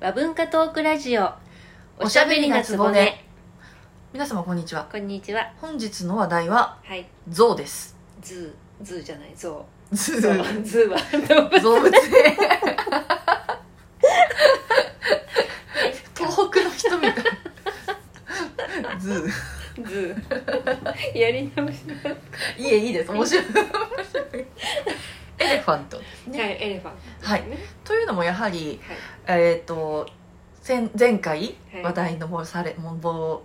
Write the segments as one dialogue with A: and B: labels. A: 和文化トークラジオ
B: おしゃべりなつぼね
A: ね
B: 皆様こんにちは
A: こんにちは
B: 本日の話題は
A: はい
B: 象です
A: ズーズーじゃないゾウ
B: 象
A: ゾ
B: 象
A: ウ ズーは動物
B: 物園 東北の人みたい 象
A: ズー やり直します
B: いいえいいです面白い面白いエレファントですね
A: はいエレファン
B: はい
A: ね
B: というのもやはり
A: はい
B: えっ、と前前回
A: はい
B: 話題のぼされ、もんぼ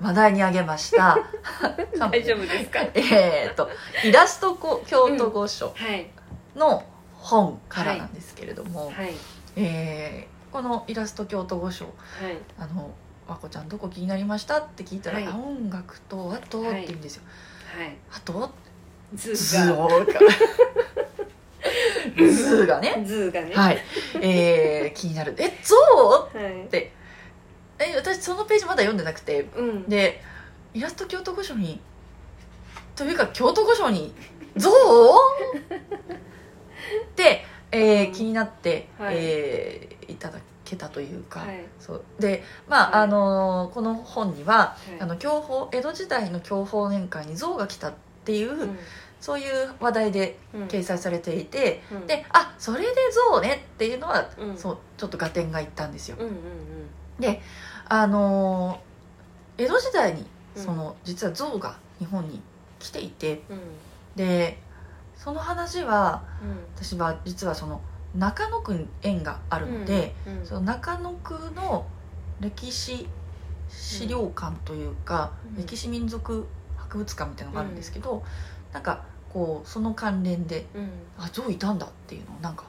B: 話題にあげました
A: 大丈夫ですか
B: えっとイラストこ京都御所
A: はい
B: の本からなんですけれども、
A: はい
B: えーこのイラスト京都御所
A: はい
B: あの和子ちゃんどこ気になりましたって聞いたら、
A: はい
B: あ音楽とあと、
A: はい
B: って言うんですよ
A: はい
B: あと
A: ズ
B: 図
A: ー
B: を 図がね
A: がズーがねは
B: はい、えー、気になるえ象
A: い
B: え私そのページまだ読んでなくて
A: うん
B: でイラスト京都御所にというか京都御所に 象って、えー
A: うん
B: 気になって、
A: はい
B: えーいただけたというか、
A: はい
B: そうでまあ、
A: はい
B: あのーこの本には、
A: はい
B: あの享保江戸時代の享保年間に象が来たっていう、そういう話題で
A: うん
B: 掲載されていて、
A: うん
B: であそれで象ねっていうのは、
A: うん
B: そうちょっと合点がいったんですよ。
A: うんうんうん
B: あのー江戸時代に
A: うん
B: その実は象が日本に来ていて
A: うん
B: でその話は
A: うん
B: 私は実はその中野区に縁があるので、
A: うん
B: その中野区の歴史資料館というか、
A: うん
B: 歴史民族博物館みたいなのがあるんですけど、なんかこうその関連で
A: うん
B: あ象いたんだっていうのをなんか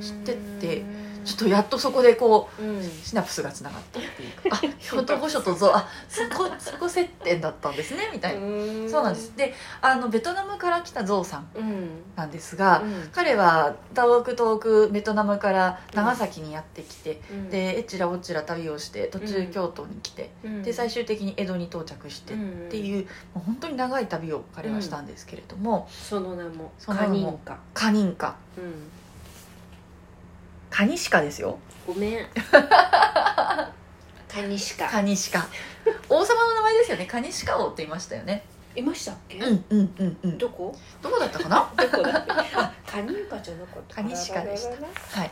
B: 知ってってちょっ
A: と
B: とやっとそこでこう
A: うん
B: シナプスがつながったっていうかあ京都御所と象あそこそこ接点だったんですねみたいな。そうなんです。であのベトナムから来たゾウさん
A: うん
B: なんですが、彼は遠く遠くベトナムから長崎にやってきて、
A: うん
B: でえちらおちら旅をして途
A: う
B: 中
A: ん
B: 京都に来て、
A: うん
B: で最終的に江戸に到着してって
A: うん
B: いう,、もう本当に長い旅を彼はしたんですけれども
A: その名も
B: その
A: カ
B: 名
A: ニン
B: も
A: カ
B: カニンカ
A: うん
B: カニシカですよ
A: ご めんカニシカ
B: カ ニシカ王様の名前ですよねカニシカ王って言いましたよね
A: いましたっけ
B: うんうんうんうんど
A: どこ
B: こだったかな
A: どこだっけあカニンカじゃなかった
B: カニシカでした
A: あらららら
B: はい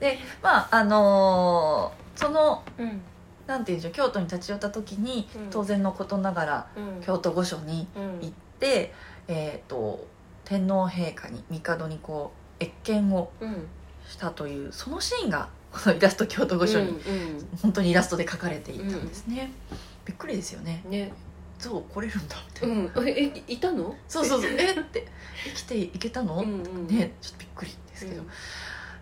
B: でまああのーその
A: うん
B: なんていうんでしょう京都に立ち寄った時に、
A: うん
B: 当然のことながら
A: うん
B: 京都御所に
A: うん
B: 行って、えー、と天皇陛下に帝にこう謁見を
A: うん
B: したというそのシーンがこのイラスト京都御所に、
A: うん
B: 本当にイラストで描かれていたんですね、びっくりですよね
A: うんね
B: 象来れるんだみた
A: う
B: いな、
A: んええいたの
B: そうそうそうえって生きていけたの、
A: うんうん
B: ねちょっとびっくりですけど、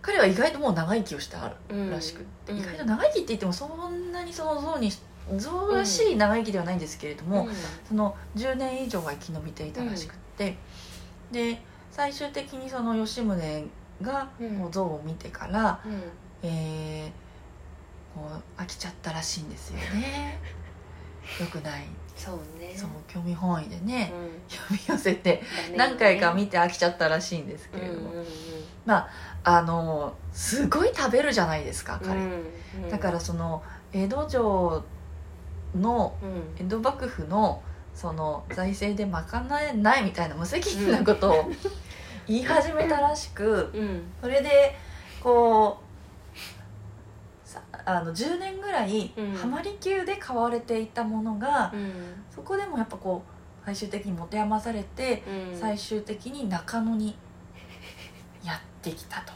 B: 彼は意外ともう長生きをした
A: うん
B: らしくっ
A: うん
B: 意外と長生きって言ってもそんなにその象に象らしい長生きではないんですけれども、
A: うん
B: その10年以上は生き延びていたらしくって、で最終的にその吉宗が
A: うん
B: こう像を見てから、
A: うん
B: えーこう飽きちゃったらしいんですよ ね。よくない
A: そうね
B: そう興味本位でね、
A: うん
B: 読み寄せて
A: だね
B: 何回か見て飽きちゃったらしいんですけれども、
A: うんうんうん
B: あのすごい食べるじゃないですか彼、
A: うんうん
B: だからその江戸城の
A: うん
B: 江戸幕府のその財政で賄えないみたいな無責任なことを言い始めたらしく
A: うん
B: それでこうさあの10年ぐらい
A: うん
B: 浜離宮で買われていたものが、
A: うん
B: そこでもやっぱこう最終的に持て余されて、
A: うん
B: 最終的に中野にやってきたと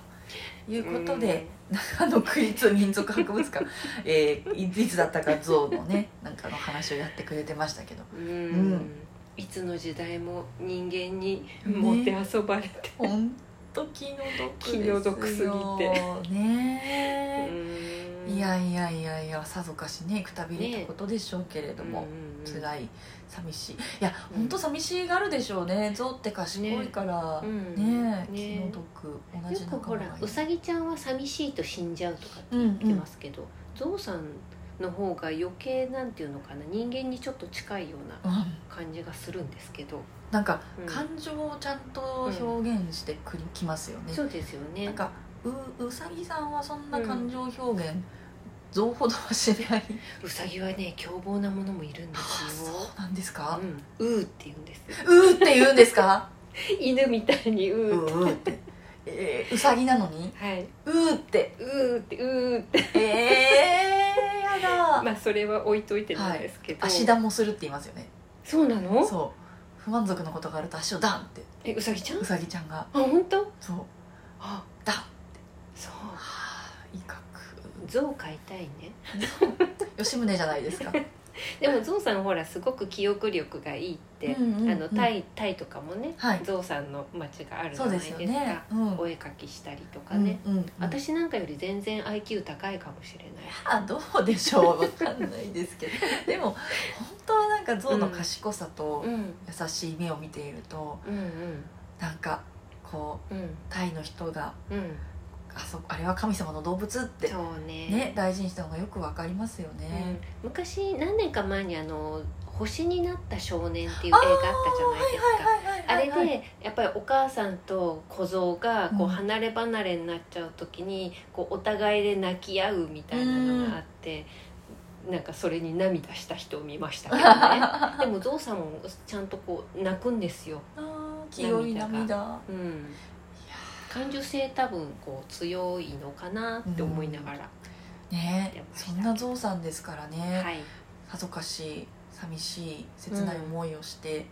B: いうことで。あの区立民族博物館、 えーいいつだったか象のねなんかの話をやってくれてましたけど
A: うん、
B: うん
A: いつの時代も人間にもてあそばれて、
B: 本当気の毒ですよ
A: 気の毒すぎ
B: てね
A: う
B: え
A: ん
B: いやいやいやいやさぞかしねくたびれたことでしょうけれど
A: う
B: も、
A: ん
B: 辛い寂しいいや
A: うん
B: 本当寂しがるでしょうね象って賢いから
A: う
B: ね
A: ん
B: え気
A: ね
B: の毒同
A: よ
B: じ
A: く
B: 仲
A: ほ
B: 間が
A: ら
B: いる
A: うさぎちゃんは寂しいと死んじゃうとかって言ってますけど、ゾウさんの方が余計なんていうのかな人間にちょっと近いような
B: うん
A: 感じがするんですけど、
B: なんか
A: うん
B: 感情をちゃんと表現してくるきますよね
A: そうですよね
B: なんかううさぎさんはそんな感情表現象ほどは知り合いう
A: さぎはね凶暴なものもいるんですよ
B: そうなんですか、
A: うん、うーって言うんです
B: うーって言うんですか
A: 犬みたいに
B: う
A: うー
B: ーって、えー、うさぎなのに
A: はいう
B: ーって
A: うーってうーって
B: えー、やだ、
A: まあそれは置いといてなんですけど、
B: 足ダンもするって言いますよね
A: そうなの
B: そう不満足のことがあると足をダンって
A: えうさぎちゃん
B: う
A: あ
B: さぎちゃんが
A: 本当
B: そう
A: あ
B: ダン
A: そ
B: は
A: う
B: あ威嚇
A: 象飼いたいね
B: 吉宗じゃないですか
A: でもゾウさんほらすごく記憶力がいいって、
B: うんうんうん
A: あのタイタイとかもね、
B: はい
A: ゾウさんの町があるじゃ
B: そう
A: ない
B: で
A: です
B: す
A: か
B: よねうん
A: お絵描きしたりとかね、
B: うんうんうん
A: 私なんかより全然 IQ 高いかもしれない
B: あどうでしょうわ かんないですけどでも本当はなんか象の賢さと
A: うん
B: 優しい目を見ていると
A: うん
B: なんかこう
A: うんうん
B: タイの人が
A: うん
B: あそこあれは神様の動物って
A: そうね
B: ね大事にした方がよくわかりますよね、
A: うん、昔何年か前にあの「星になった少年」っていう映
B: あ
A: 画あった
B: ー
A: じゃないですか。あ
B: はいはいはいはい
A: れ
B: はい
A: でやっぱりお母さんと小僧がこう
B: う
A: ん離れ離れになっちゃう時にこうお互いで泣き合うみたいなのがあってなんかそれに涙した人を見ましたけどね でもゾウさんもちゃんとこう泣くんですよ、
B: あー清い
A: 涙
B: 涙
A: うん、感受性多分こう強いのかなって思いながら、出
B: ね
A: ました
B: そんな象さんですからね、
A: はい、ね、
B: さぞかし寂しい切ない思いをして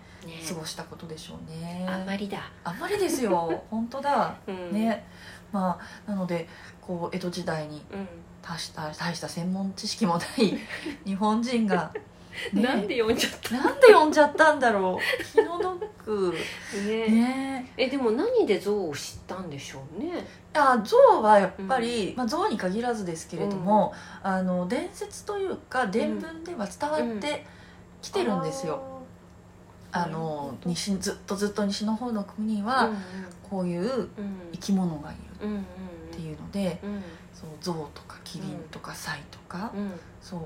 B: 過ごしたことでしょうね、
A: あんまりだ、
B: あんまりですよ本当だ
A: うん、
B: ね、まあなのでこう江戸時代に
A: うん
B: 大した大した専門知識もない 日本人が、ね、
A: なんで読んじゃった
B: なんで呼んじゃったんだろう気の毒
A: ね
B: ね
A: えでも何で象を知ったんでしょうね
B: あ象はやっぱり、まあ、象に限らずですけれども、あの伝説というか伝聞では伝わってきてるんですよ。
A: あー
B: あの
A: うん
B: 西ずっとずっと西の方の国に
A: あー
B: はこういう
A: うんうん
B: 生き物がいる
A: うんうん
B: っていうので、
A: うんうん
B: そう象とかキリンとかサイとか、
A: うん
B: そ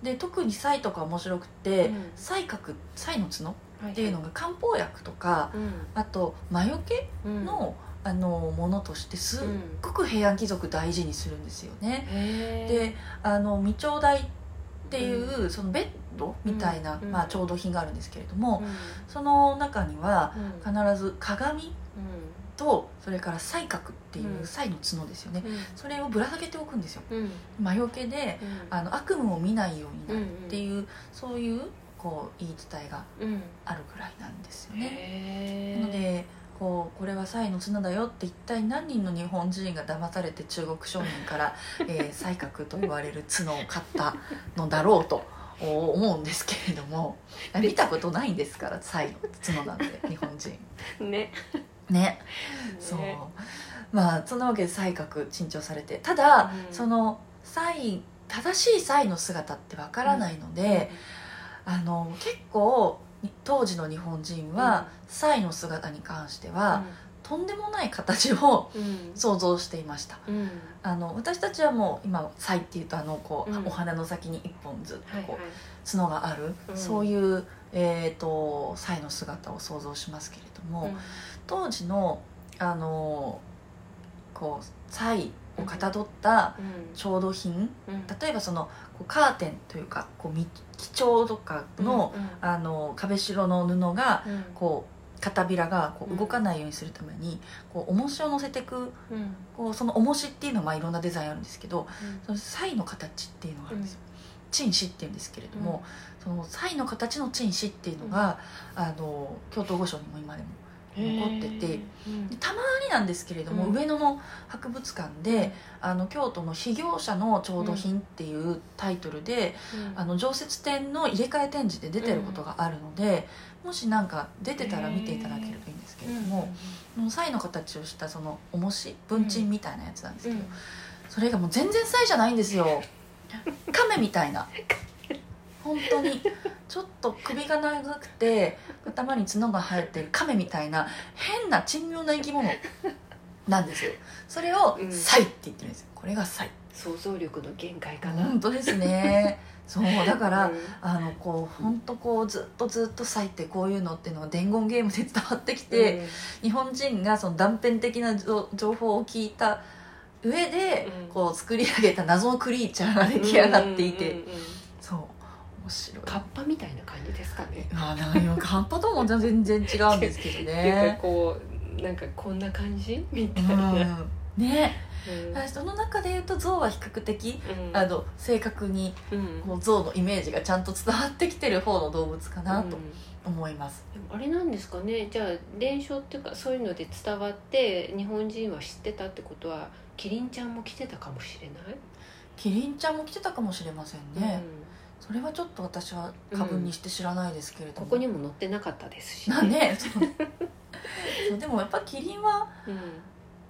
B: うで特にサイとか面白くて、
A: うん
B: サイ角サイの角っ
A: は
B: ていうのが漢方薬とかあと魔除け
A: うん
B: の,、あのものとしてすっ
A: うん
B: ごく平安貴族大事にするんですよね。
A: へー
B: であの未調台っていう、そのベッドみたいな、
A: うん
B: まあ、調度品があるんですけれども、
A: うん
B: その中には
A: うん
B: 必ず鏡とそれから彩角っていううん彩の角ですよね、
A: うん
B: それをぶら下げておくんですよ
A: うんうん
B: 魔除けで
A: うん
B: あの悪夢を見ないようにな
A: うん
B: るっていう、そういうこう言い伝えが
A: うん
B: あるぐらいなんですよね。
A: へー
B: なのでこうこれは彩の角だよって一体何人の日本人が騙されて中国商人から 「えー、彩角と言われる角を買ったのだろうとお思うんですけれど も見たことないんですから彩の角なんて日本人。
A: ね
B: ねそうまあそんなわけで才覚珍重されてただ、
A: うん
B: その才正しい才の姿ってわからないので、あの結構に当時の日本人は、才の姿に関しては、とんでもない形を
A: うんうん
B: 想像していました
A: うん
B: あの私たちはもう今才っていうとあのこう、
A: うん
B: お花の先に一本ずっと
A: はい
B: こう、
A: はい
B: 角がある、
A: うん
B: そういう、えー、と才の姿を想像しますけれども、当時のあのこう才をかたどった
A: うん
B: 調度品
A: うんうん
B: 例えばそのこうカーテンというかこうみ基調とかの,、あの壁白の布が
A: うん
B: こう片びらがこ
A: う
B: うん動かないようにするためにこう重しを乗せていく
A: うんうん
B: こうその重しっていうのはまあいろんなデザインあるんですけどその才の形っていうのがあるんですよ。陳詞っていうんですけれども、その才の形の陳詞っていうのが、あの京都御所にも今でも残ってて
A: へーうん
B: でたまになんですけれども、
A: うん
B: 上野の博物館で「あの京都の非業者の調度品」っていうタイトルで、
A: うん
B: あの常設展の入れ替え展示で出てることがあるので、もしなんか出てたら見ていただけるといいんですけれども、その彩の形をしたその重し文鎮みたいなやつなんです
A: う
B: け
A: ん
B: ど、
A: うん
B: それがもう全然彩じゃないんで すよ亀みたいな本当にちょっと首が長くて頭に角が生えてる亀みたいな変な珍妙な生き物なんですよそれを
A: う
B: 「
A: ん
B: 彩」って言ってるんですよこれが彩
A: 想像力の限界かな、
B: 本当ですねそうだか
A: う
B: ら
A: ん
B: あのこう本当こうずっとずっと彩ってこういうのっていうのが伝言ゲームで伝わってきて、日本人がその断片的な情情報を聞いた上で
A: うん
B: こう作り上げた謎のクリーチャーが出来上がっていて、
A: うんうんうんうん
B: そう面白い
A: カッパみたいな感じですかね。
B: まあなんよカッパとも全然違うんですけど
A: っていうか
B: ね
A: こうなんかこんな感じみ
B: う
A: たいな。うん
B: んねその中で言うと象は比較的あの正確に
A: うん
B: もう象のイメージがちゃんと伝わってきてる方の動物かなと
A: うん
B: 思います、
A: でもあれなんですかねじゃあ伝承っていうかそういうので伝わって日本人は知ってたってことはキリンちゃんも来てたかもしれない、
B: キリンちゃんも来てたかもしれませんね、それはちょっと私は過分にして知らないですけ
A: う
B: れ
A: ん
B: ども、
A: ここにも載ってなかったですし
B: なね そうそうでもやっぱキリンは
A: うん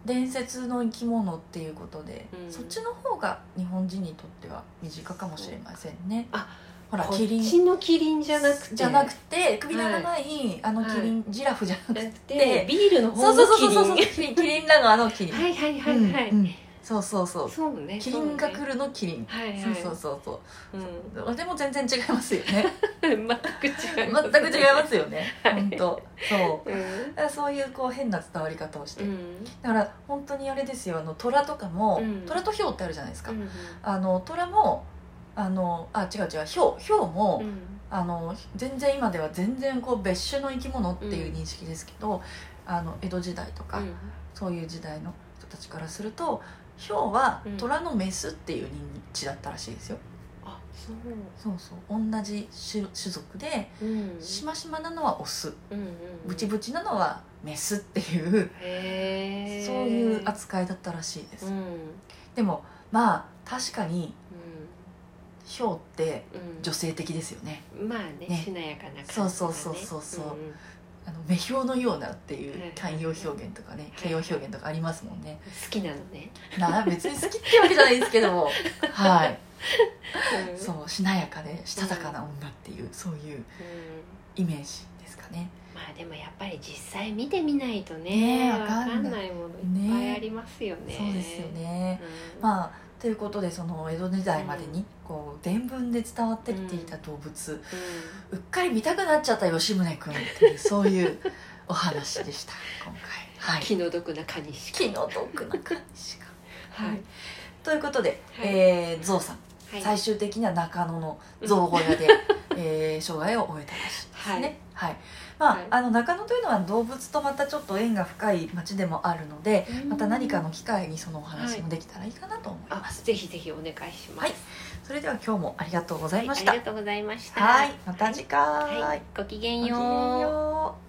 B: 伝説の生き物っていうことで、
A: うん
B: そっちの方が日本人にとっては身近かもしれませんね
A: そうあ
B: ほら
A: こっ
B: キリン
A: ちのキリンじゃなくて
B: じゃなくて首長い、あのキリン、ジラフじゃなくて
A: でビールの方
B: そうそう
A: の
B: そ
A: キリン
B: うそうキリンキリンなのあのキリン
A: はいはいはいはい、
B: うんうんそうそうそう
A: そうね
B: キリンが来
A: る
B: るのキリン、
A: はいはい
B: そうそうそうそう
A: う
B: でも全然違いますよ ね
A: ん全く違
B: 全
A: う
B: く違いますよね
A: はい
B: 本当そう
A: うん
B: だからそういうこう変な伝わり方をして、
A: うん
B: だから本当にあれですよあの虎とかも、
A: うん
B: 虎とヒョウってあるじゃないですか、
A: うん
B: あの虎もあのあ違う違うヒョウヒョウも、
A: うん
B: あの全然今では全然こう別種の生き物っていう認識ですけど、あの江戸時代とか、
A: うん
B: そういう時代の人たちからするとヒョウは
A: うん
B: 虎のメスっていう認知だったらしいですよ、
A: あそう
B: そうそう同じ種種族で
A: うん
B: しましまなのはオス
A: うんうん
B: ブチブチなのはメスっていう、
A: へえ
B: そういう扱いだったらしいです、
A: うん
B: でもまあ確かに
A: う
B: ヒョウって
A: んうん
B: 女性的ですよね
A: まあね
B: ね
A: しなやかな感じ
B: そうそうそうそうそう
A: だねんん
B: あの目標のようなっていう
A: はい
B: 寛容表現とかね形容表現とかありますもんね
A: 好きなのね
B: なあ別に好きってわけじゃないですけど もはい
A: うん
B: そうしなやかでしたたかな女っていうそういう
A: うん
B: イメージですかね
A: まあでもやっぱり実際見てみないと
B: ねえ
A: ねわ
B: わかんない
A: かんないものいっぱいありますよね
B: そうですよね
A: うん
B: まあということでその江戸時代までにこう伝聞で伝わってきていた動物うっかり見たくなっちゃった吉宗君っていうそういうお話でした今回は
A: うん
B: い
A: 気の毒なカニシカ
B: 気の毒な感じが
A: はい
B: ということで、
A: はい
B: えーゾウさん、
A: はい
B: 最終的には中野の象小屋 で、えー生涯を終えたらしいですね。はいまあ,、
A: はい
B: あの中野というのは動物とまたちょっと縁が深い町でもあるので
A: うん
B: また何かの機会にそのお話もできたらいいかなと思い
A: あ
B: ます。
A: ぜひぜひお願いします
B: はいそれでは今日もありがとうございまし
A: あ
B: た。
A: りがとうございました
B: はい、また次回。
A: はい、ごきげん
B: ごきげん
A: よう
B: よう